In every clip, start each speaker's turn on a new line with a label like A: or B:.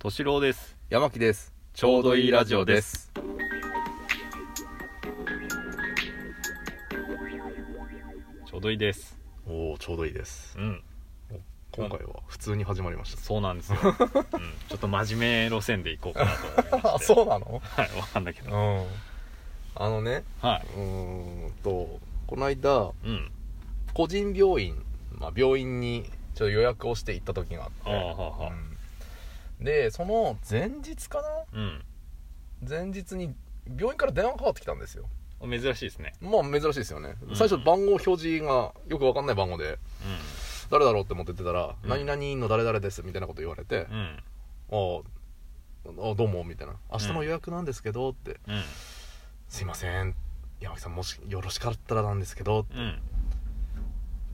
A: 敏郎です
B: 山木です
A: ちょうどいいラジオですちょうどいいです
B: おおちょうどいいです
A: うん
B: 今回は普通に始まりまし
A: そうなんです よ、うん、ちょっと真面目路線でいこうかな と思いまして
B: た あそうなの
A: はいわかんないけ
B: う
A: ど
B: んあのね
A: はいう
B: ーんとこの間
A: うん
B: 個人病院、まあ、病院にちょっと予約をして行った時があっ
A: あ
B: て
A: あはあはあ
B: うんでその前日かな
A: うん
B: 前日に病院から電話かかってきたんですよ
A: お珍しいですね
B: まあ珍しいですよね、
A: うん
B: 最初番号表示がよくわかんない番号で
A: う
B: 誰だろうって思って出たら「
A: うん
B: 何々の誰々です」みたいなこと言われ
A: ん
B: て
A: うん
B: 「あああどうも」みたいな「明日の予約なんですけど」って「
A: うん
B: すいません山木さんもしよろしかったらなんですけど
A: うん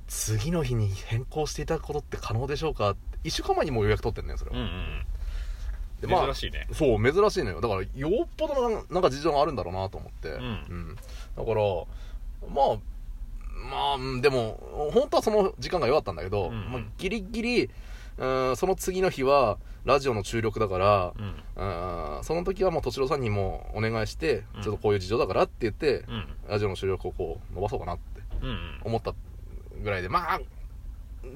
B: 次の日に変更していただくことって可能でしょうか?」って1週間前にもう予約取ってんねんそれ
A: う
B: は、
A: んう
B: で
A: ん
B: まあ
A: 珍しいね
B: そう珍しいのよだからよっぽどなんなんか事情があるんだろうなと思って、
A: ん
B: だからまあまあうんでも本当はその時間が良かったんだけど、
A: うん
B: まあ、ギリギリうんその次の日はラジオの注力だから
A: う、ん
B: うんその時はもう敏郎さんにもお願いして、
A: うん
B: ちょっとこういう事情だからって言って、
A: うん
B: ラジオの収録をこう伸ばそうかなって
A: うんうん
B: 思ったぐらいでまあ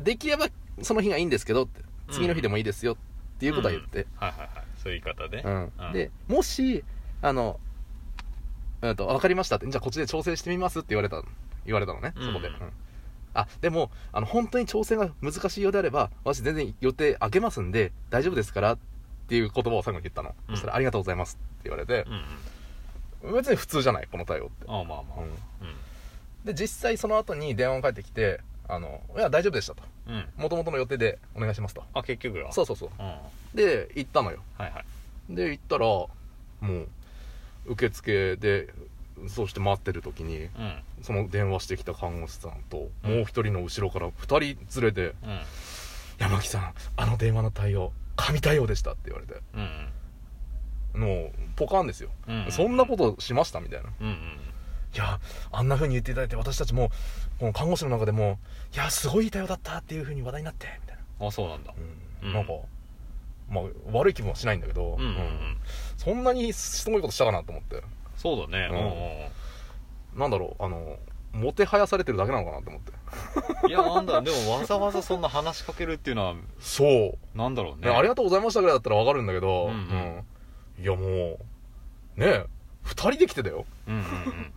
B: できればその日がいいんですけどって次の日でもいいですよっていうことは言って、
A: はいはいはいそういう言い方で
B: うんでもしあの、うん、と分かりましたってじゃあこっちで調整してみますって言われた言われたのねそこで、
A: う
B: うんんあでもあの本当に調整が難しいようであれば私全然予定開けますんで大丈夫ですからっていう言葉を最後に言ったの、
A: うん
B: そしたら「ありがとうございます」って言われて
A: う、んうん
B: 別に普通じゃないこの対応って、
A: ああまあまあ
B: で実際その後に電話が返ってきてあのいや大丈夫でしたと
A: うんうん
B: もともとの予定でお願いしますと
A: あ結局は
B: そうそうそう
A: うんは
B: で行ったのよ
A: いはい
B: で行ったらもう受付でそして待ってる時に
A: うん
B: その電話してきた看護師さんともう一人の後ろから二人連れて
A: うん
B: 「山木さんあの電話の対応神対応でした」って言われて
A: うん
B: もうポカンですよ、
A: うん
B: そんなことしましたみたいな
A: うんうん
B: いやあんな風に言っていただいて私たちもこの看護師の中でもいやすごいいい対応だったっていう風に話題になってみたいな、
A: あそうなんだ
B: う
A: うん
B: ん、なんか、まあ、悪い気分はしないんだけど、
A: うんうんう
B: うん
A: ん
B: そんなにすごいことしたかなと思って
A: そうだ
B: うん
A: ね
B: なんだろうあのもてはやされてるだけなのかなと思って
A: うんうんいやなんだでもわざわざそんな話しかけるっていうのは
B: そう、
A: なんだろうね
B: ねありがとうございましたぐらいだったらわかるんだけど、
A: うんうん
B: うんいやもうねえ2人で来てだよ
A: うんうんうん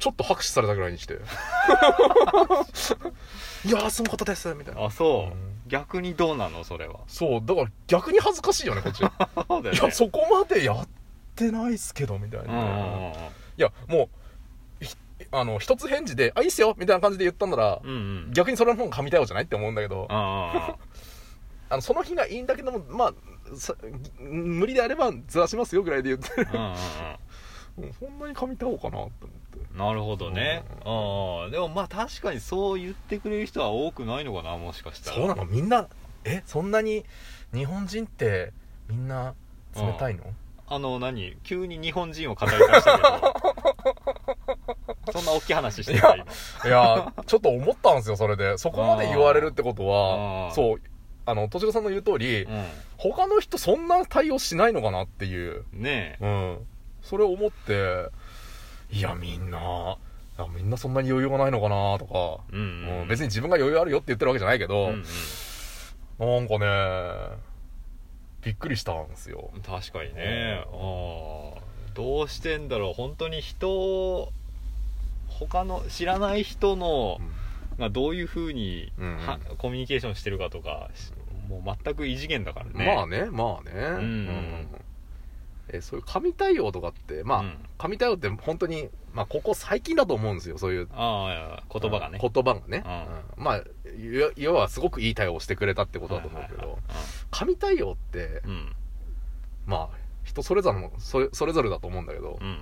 B: ちょっと拍手されたぐらいにして いやーそのことですみたいな
A: あそううん逆にどうなのそれは
B: そうだから逆に恥ずかしいよねこっち
A: そう だ
B: い
A: よ
B: や
A: ね
B: そこまでやってないっすけどみたい
A: うんうんうん
B: な、いやもうひあの一つ返事で「あいいっすよ」みたいな感じで言ったんなら、
A: うんうん
B: 逆にそれの方が神対応じゃないって思うんだけど、
A: あ
B: あのその日がいいんだけどもまあさぎ無理であればずらしますよぐらいで言って
A: あうんうんうん
B: うんそんなに神対応かなと思って
A: なるほどね
B: うん
A: ああでもまあ確かにそう言ってくれる人は多くないのかなもしかしたら
B: そうなのみんなえそんなに日本人ってみんな冷たいの、
A: あの何急に日本人を語り出したけどそんな大きい話してた今
B: いやーちょっと思ったんですよそれでそこまで言われるってこと
A: あー
B: はそうあの敏郎さんの言う通り、
A: う
B: 他の人そんな対応しないのかなっていう、
A: んねえ
B: うん、それを思っていやみんないやみんなそんなに余裕がないのかなとか
A: うん
B: も
A: う
B: うん別に自分が余裕あるよって言ってるわけじゃないけど、
A: うん
B: なんかねびっくりしたんですよ
A: うん確かにねああどうしてんだろう本当に人を他の知らない人のがどういうふうに
B: うん
A: はコミュニケーションしてるかとかしもう全く異次元だからね
B: まあねまあね、
A: ん
B: えそういう神対応とかってまあ、
A: うん
B: 神対応って本当にまあここ最近だと思うんですよそういう
A: ああ言葉がね
B: 言葉がね、
A: う
B: うんまあい要はすごくいい対応をしてくれたってことだと思うけ
A: はいは
B: ど
A: いはい
B: 神対応って
A: うんうん
B: まあ人それぞれのそれそれぞれだと思うんだけど、
A: うん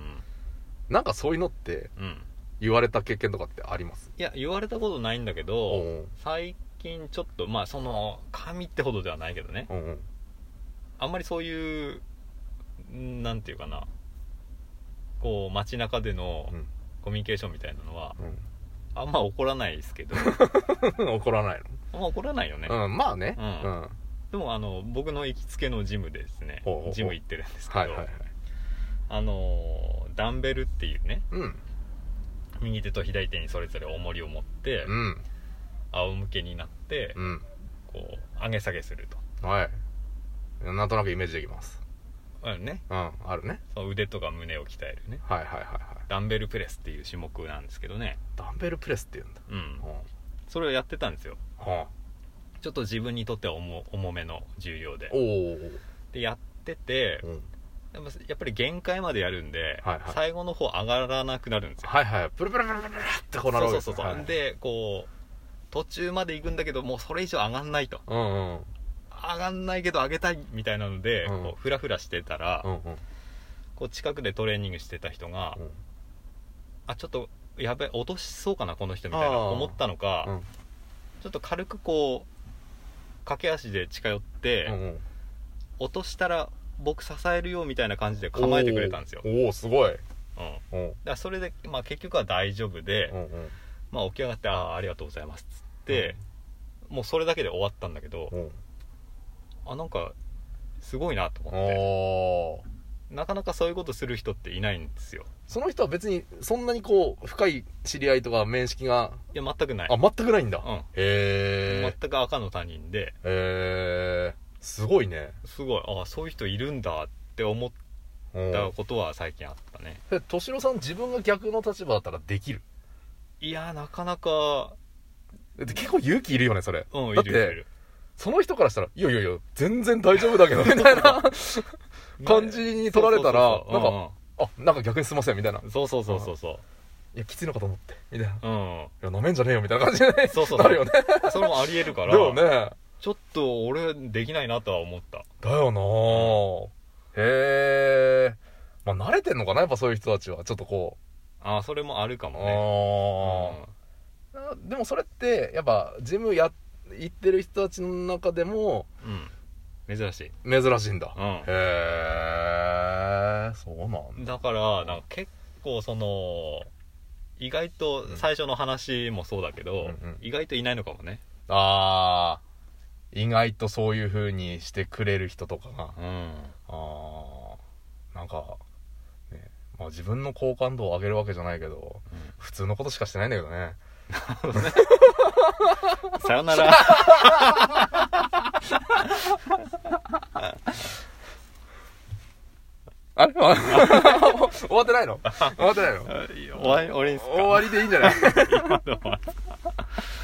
B: なんかそういうのって
A: うんうん
B: 言われた経験とかってあります
A: いや言われたことないんだけ
B: う
A: ど
B: ん
A: 最近ちょっとまあその神ってほどではないけどね
B: うんうん
A: あんまりそういううんなんていうかなこう街中での
B: うん
A: コミュニケーションみたいなのは
B: うん
A: あ んま起こらないですけど
B: 怒らない
A: あんま起こらないよね
B: の、うん、まあね、
A: うん
B: うん
A: でもあの僕の行きつけのジムでですね
B: ほうほうほう
A: ジム行ってるんですけど、
B: はいはいはい
A: あのダンベルっていうね
B: うん
A: 右手と左手にそれぞれ重りを持って、
B: うん
A: 仰向けになって、
B: うん
A: こう上げ下げすると
B: はいなんとなくイメージできます
A: あのね
B: うんあるね
A: その腕とか胸を鍛えるね
B: はいはいはいはい
A: ダンベルプレスっていう種目なんですけどね
B: ダンベルプレスって言うんだ
A: うん
B: うん
A: それをやってたんですよ
B: はあ
A: ちょっと自分にとっては重重めの重量で
B: おー
A: でやってて
B: うん
A: でもやっぱり限界までやるんで、
B: はいはい
A: 最後の方上がらなくなるんですよ
B: はいはいプルプルプルプルってこうなるわけ
A: そうそうそう
B: ですね
A: そう、
B: はい
A: でこう途中まで行くんだけどもうそれ以上上がんないと
B: うんうん
A: 上がんないけど上げたいみたいなので、
B: うん
A: こうフラフラしてたら、
B: うんうん
A: こう近くでトレーニングしてた人が、
B: うん
A: あちょっとやべえ落としそうかなこの人みたいな
B: あー
A: 思ったのか、
B: うん
A: ちょっと軽くこう駆け足で近寄って、
B: うんうん
A: 落としたら僕支えるよみたいな感じで構えてくれたんですよ、うん、
B: おーおーすごい
A: だか
B: うん
A: らそれで、まあ、結局は大丈夫で、
B: うんうん
A: まあ、起き上がってああありがとうございますっつって、もうそれだけで終わったんだけど、
B: うん
A: あなんかすごいなと思って
B: おー
A: なかなかそういうことする人っていないんですよ
B: その人は別にそんなにこう深い知り合いとか面識が
A: いや全くない
B: あ全くないんだ、
A: うん
B: へー
A: 全く赤の他人で
B: へーすごいね
A: すごいああそういう人いるんだって思っ
B: うん
A: たことは最近あったね、
B: え敏郎さん自分が逆の立場だったらできる
A: いやなかなか
B: だって結構勇気いるよねそれ
A: うんい
B: だ
A: る
B: っ
A: い
B: て
A: るいる
B: その人からしたらいやいやいや全然大丈夫だけどみたい な感じに取られたら
A: そうそうそうそう
B: あなんか逆にすいませんみたいな
A: うんうんそうそうそうそうそ
B: いやきついのかと思ってみたいないう
A: うん
B: やなめんじゃねえよみたいな感じにな
A: そうそうそう
B: なるよね
A: それもありえるか
B: だ
A: ら
B: よね
A: ちょっと俺できないなとは思った
B: だよなぁへえまあ慣れてんのかなやっぱそういう人たちはちょっとこ
A: ああそれもあるか
B: う、
A: もね
B: あーあでもそれってやっぱジムや行ってる人たちの中でも
A: うん、うん、珍しい、
B: 珍しいんだ、
A: う
B: へ
A: ん、
B: えそうなんだ
A: だからなんか結構その意外と最初の話もそうだけど、
B: うんうん
A: 意外といないのかもね
B: あー意外とそういう風にしてくれる人とかが
A: うん
B: あーなんかねまあ自分の好感度を上げるわけじゃないけど普通のことしかしてないんだけどね
A: さよなら
B: あれ 終わってないの終わってないの
A: 終わり俺にすか
B: 終わりでいいんじゃない
A: 今のは